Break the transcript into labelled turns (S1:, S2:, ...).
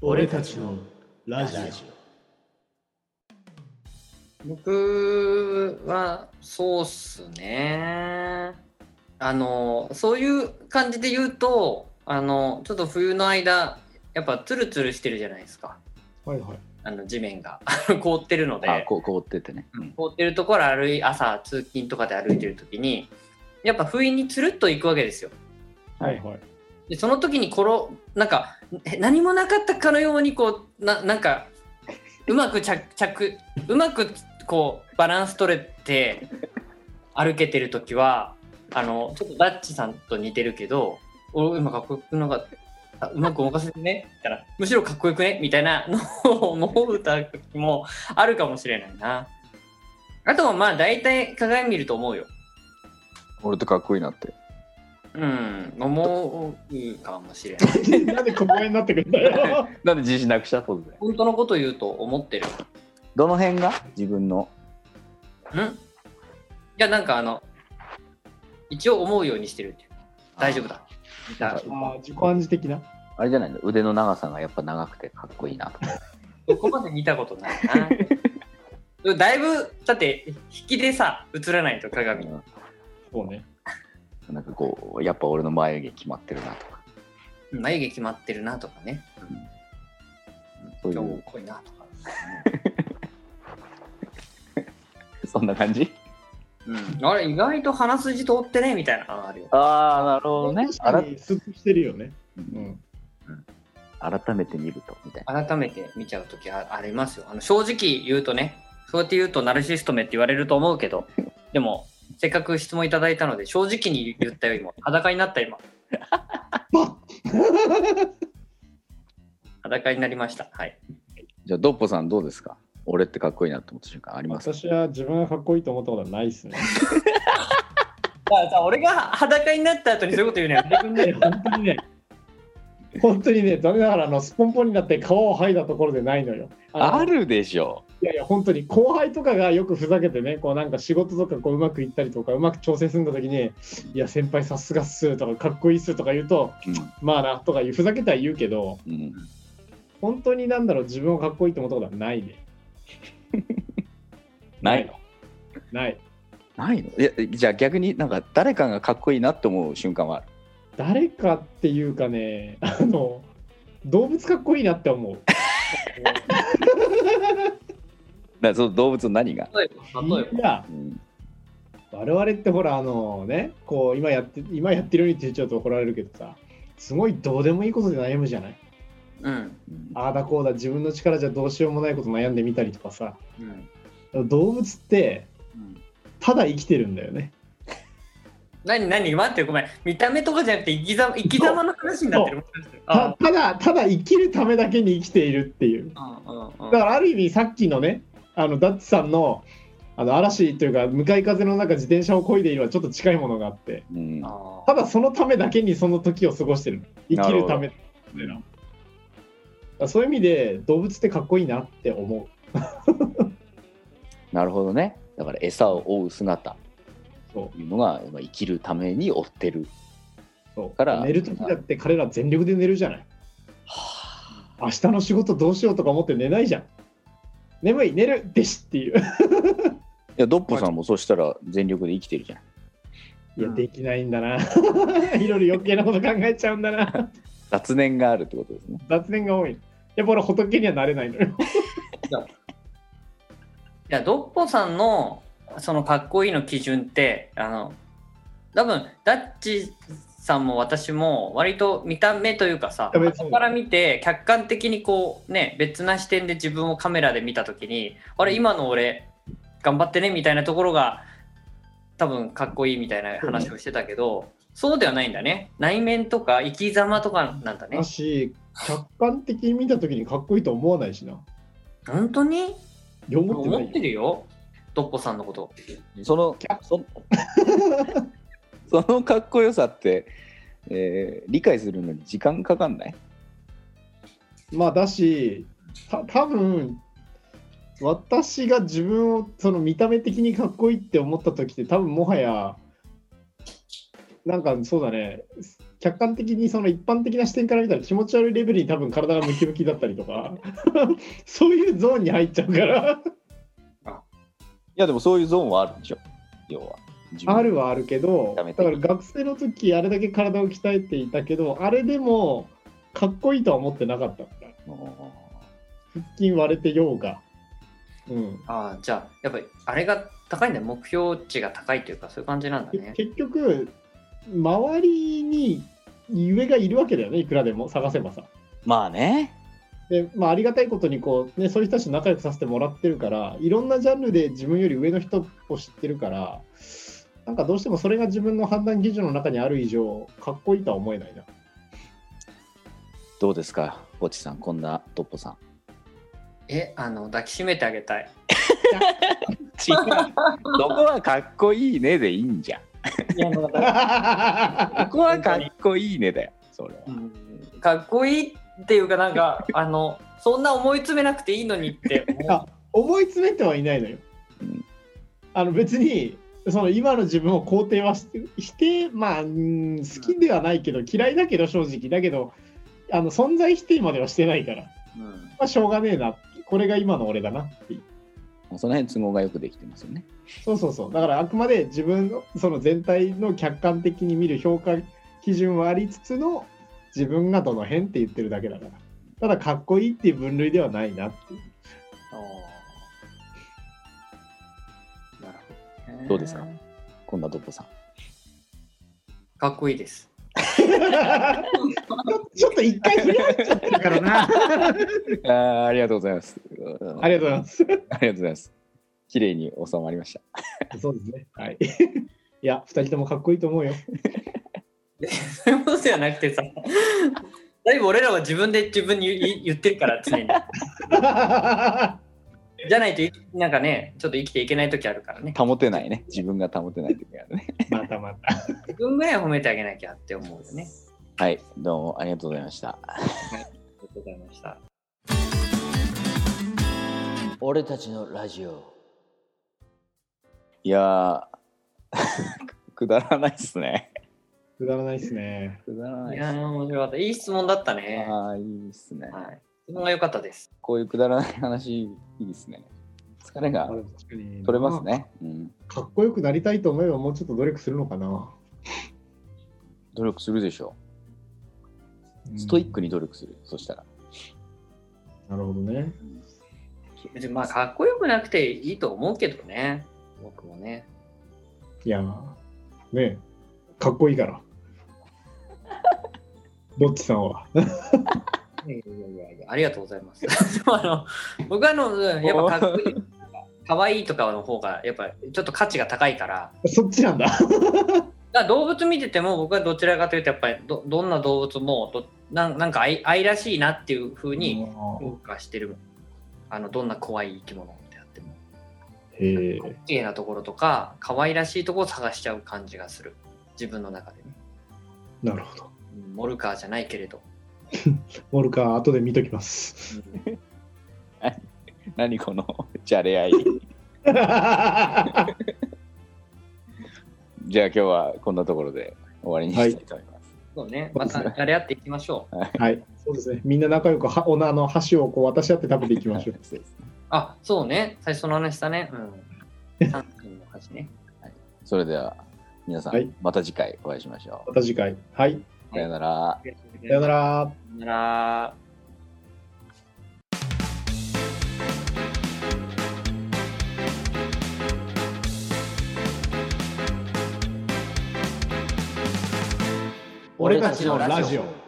S1: 俺たちのラジ
S2: 僕はそうっすねあのそういう感じで言うとあのちょっと冬の間やっぱツルツルしてるじゃないですか
S1: オ。はいはい。
S2: あの地面が 凍ってるので
S3: あこう凍っててね、うん
S2: 凍ってるところ歩い朝通勤とかで歩いてる時にやっぱ不意につるっと行くわけですよ
S1: はいはい。
S2: でその時に転なんかえ何もなかったかのようにこうななんかうまく着着うまくこうバランス取れて歩けてる時はあのちょっとダッチさんと似てるけど「お今かっこよくなかったあうまく動かせてね」みたいな「むしろかっこよくね」みたいなのを思う時もあるかもしれないな。あとはまあ大体鏡見ると思うよ。
S3: 俺とかっこいいなって
S2: うん、思うかもしれない。
S1: なんで小声になってくるんだ よ。
S3: なんで自信なくした突然
S2: 本当のこと言うと思ってる。
S3: どの辺が自分の
S2: んいやなんかあの一応思うようにしてるっていう大丈夫だみたいな
S1: ああ、自己暗示的な。
S3: あれじゃないの腕の長さがやっぱ長くてかっこいいなとか
S2: そこまで見たことない なでもだいぶだって引きでさ映らないと鏡
S1: そうね。
S3: なんかこうやっぱ俺の眉毛決まってるなとか
S2: 眉毛決まってるなとかね
S3: そうい
S2: 今日も
S3: う
S2: 濃いなとか、
S3: そんな感じ
S2: うん、あれ意外と鼻筋通ってねみたいなのあるよ
S3: ああなるほどね
S1: 確かにスッとしてるよね。うん。
S3: 改めて見るとみたいな
S2: 改めて見ちゃう時あありますよあの正直言うとねそうやって言うとナルシストめって言われると思うけど でもせっかく質問いただいたので正直に言ったよりも裸になった今裸になりましたはい
S3: じゃあドッポさんどうですか俺ってかっこいいなと思った瞬間あります
S1: 私は自分がかっこいいと思ったことはないですね。
S2: さあさあ俺が裸になった後にそういうこと言うのやめてくんな いよ
S1: 本当にね。本当にね、残念ながらあのスポンポンになって皮を剥いだところでないのよ。の
S3: あるでしょ
S1: いやいや、本当に後輩とかがよくふざけてね、こうなんか仕事とかこううまくいったりとか、うまく調整するんだときに、いや、先輩さすがっすとか、かっこいいっすとか言うと、まあなとかいうふざけたら言うけど、
S3: うん、うん、
S1: 本当になんだろう、自分をかっこいいと思ったことはないね。
S3: ないの
S1: ない。
S3: ないのいやじゃあ逆になんか誰かがかっこいいなって思う瞬間はある
S1: 誰かっていうかね、あの、動物かっこいいなって思う。
S3: だからその動物の何が、
S2: 例えば例え
S1: いや、
S3: うん、
S1: 我々ってほら、あのね、こう今やって、今やってるようにって言っちゃうと怒られるけどさ、すごいどうでもいいことで悩むじゃない
S2: ばうん、
S1: ああだこうだ自分の力じゃどうしようもないこと悩んでみたりとかさ
S2: うん
S1: 動物って
S2: うん、
S1: ただ生きてるんだよね
S2: 何何待ってごめん見た目とかじゃなくて生きざ生き様の話になってる
S1: たただただ生きるためだけに生きているっていう
S2: あうんうんうん
S1: だからある意味さっきのねあのダッチさんのあの嵐というか向かい風の中自転車を漕いでいるはちょっと近いものがあって
S3: うん、
S2: あ
S1: ただそのためだけにその時を過ごしてる生きるため
S3: な
S1: だか
S3: るほど
S1: らそういう意味で動物ってかっこいいなって思う
S3: なるほどねだから餌を追う姿
S1: そ
S3: というのがまあ生きるために追ってる
S1: そう
S3: から
S1: 寝る時だって彼ら全力で寝るじゃない明日の仕事どうしようとか思って寝ないじゃん。眠い、寝るですっていう。
S3: いやドッポさんもそうしたら全力で生きてるじゃん
S1: いや、
S2: うん
S1: できないんだな。 いろいろ余計なこと考えちゃうんだな。
S3: 雑念があるってことですね
S1: 雑念が多い。やっぱ俺、仏にはなれないのよ。
S2: いやドッポさんのそのかっこいいの基準ってあの多分ダッチさんも私も割と見た目というかさ
S1: 見た目そう
S2: 後から見て客観的にこうね別な視点で自分をカメラで見た時にあれ今の俺頑張ってねみたいなところが多分かっこいいみたいな話をしてたけどそうではないんだね内面とか生き様とかなんだ ね
S1: だし、客観的に見たときにかっこいいと思わないしな。
S2: 本当に
S1: いや思ってな
S2: 思っ
S1: い
S2: て
S1: よ。
S2: るよドッポさんのこと
S3: その
S1: キャ
S3: そ そのかっこよさって、えー理解するのに時間かかんない
S1: まあ、だし、た多分私が自分をその見た目的にかっこいいって思った時って多分もはやなんかそうだね客観的にその一般的な視点から見たら気持ち悪いレベルに多分体がムキムキだったりとか そういうゾーンに入っちゃうから
S3: やでもそういうゾーンはあるんでしょ要は自分
S1: あるはあるけど
S3: や
S1: だ
S3: めて
S1: から学生の時あれだけ体を鍛えていたけどあれでもかっこいいとは思ってなかったから
S3: あー
S1: 腹筋割れてようが、うん、
S2: ああ、じゃあ、やっぱり、あれが高いんだよ。目標値が高いというか、そういう感じなんだ
S1: け
S2: ね。
S1: 結局周りに上がいるわけだよねいくらでも探せばさ
S3: まあね
S1: で、まあ、ありがたいことにこう、ね、そういう人たちと仲良くさせてもらってるからいろんなジャンルで自分より上の人を知ってるからなんかどうしてもそれが自分の判断基準の中にある以上かっこいいとは思えないな
S3: どうですかポチさんこんなトッポさ ん
S2: え、あの、抱きしめてあげたい。
S3: 違うそこはかっこいいねでいいんじゃん
S2: いや、ま
S3: そこはかっこいいねだよそれは
S2: うんかっこいいっていうかなんかあのそんな思い詰めなくていいのにって 思う
S1: あ思い詰めてはいないのよ
S3: うん。
S1: あの別にその今の自分を肯定はして否定まあうん好きではないけど嫌いだけど正直だけどあの存在否定まではしてないから、まあ、しょうがねえなこれが今の俺だなっていう
S3: その辺都合がよくできてますよね
S1: そうそうそうだからあくまで自分のその全体の客観的に見る評価基準はありつつの自分がどの辺って言ってるだけだからただかっこいいっていう分類ではないなっていう
S2: なるほね
S3: どうですかこんなトッポさん
S2: かっこいいです
S1: ちょっと一回振り合っちゃってるからな。
S3: あーありがとうございます
S1: ありがとうございます。
S3: ありがとうございます。綺麗に収まりました。
S1: そうですね。はい。 いや、二人ともかっこいいと思うよ。
S2: そういうことじゃなくてさ だいぶ俺らは自分で自分に言い言ってるから常にじゃないといなんかねちょっと生きていけない時あるからね
S3: 保てないね。自分が保てない時がある ね。
S1: またまた。
S2: 自分ぐらい褒めてあげなきゃって思うよね
S3: はい、どうもありがとうございました。
S2: ありがとうございました
S4: 俺たちのラジオ
S3: いやー、くだらないですね。
S1: くだらないですね。
S3: くだらないい
S2: やー面白かったいい質問だったね、
S3: ああ、いいですね。
S2: はい、質問が良かったです
S3: こういうくだらない話、いいですね。疲れが
S1: まあでも確かに
S3: 取れます。ね。うん。
S1: かっこよくなりたいと思えば、もうちょっと努力するのかな。
S3: 努力するでしょう。ストイックに努力する。そしたら。
S1: なるほどね。
S2: 別にまあかっこよくなくていいと思うけどね僕もね
S1: いやー、ねえかっこいい から。ぼっちさんは。
S2: いやいやいやいやありがとうございます でもあの僕はあのうんやっぱかっこいいとか可愛いとかの方がやっぱちょっと価値が高いから
S1: そっちなんだ。
S2: だから動物見てても僕はどちらかというとやっぱりどどんな動物もどなんなんか愛愛らしいなっていう風に評価してるもんあのどんな怖い生き物であっても
S1: へえ。
S2: 綺麗なところとか可愛らしいところを探しちゃう感じがする自分の中でね
S1: なるほど。
S2: うんモルカーじゃないけれど
S1: モルカー、後で見とき ます。
S3: 何この じゃれ合い。
S1: は
S3: じゃあ今日はこんなところで終わりにしたいと思います。
S2: そうねまたやり合っていきましょう
S1: い。そうですね。みんな仲良くは、おなあの箸をこう渡し合って食べていきましょう。
S3: そうですね
S2: あ、そうね。最初の話したね。 うん。三分の話ね。
S3: それでは皆さん、
S1: はい
S3: また次回お会いしましょう。
S1: また次回。はい。
S3: さよなら。
S1: さよなら。
S2: さよなら。
S1: 俺たちのラジオ。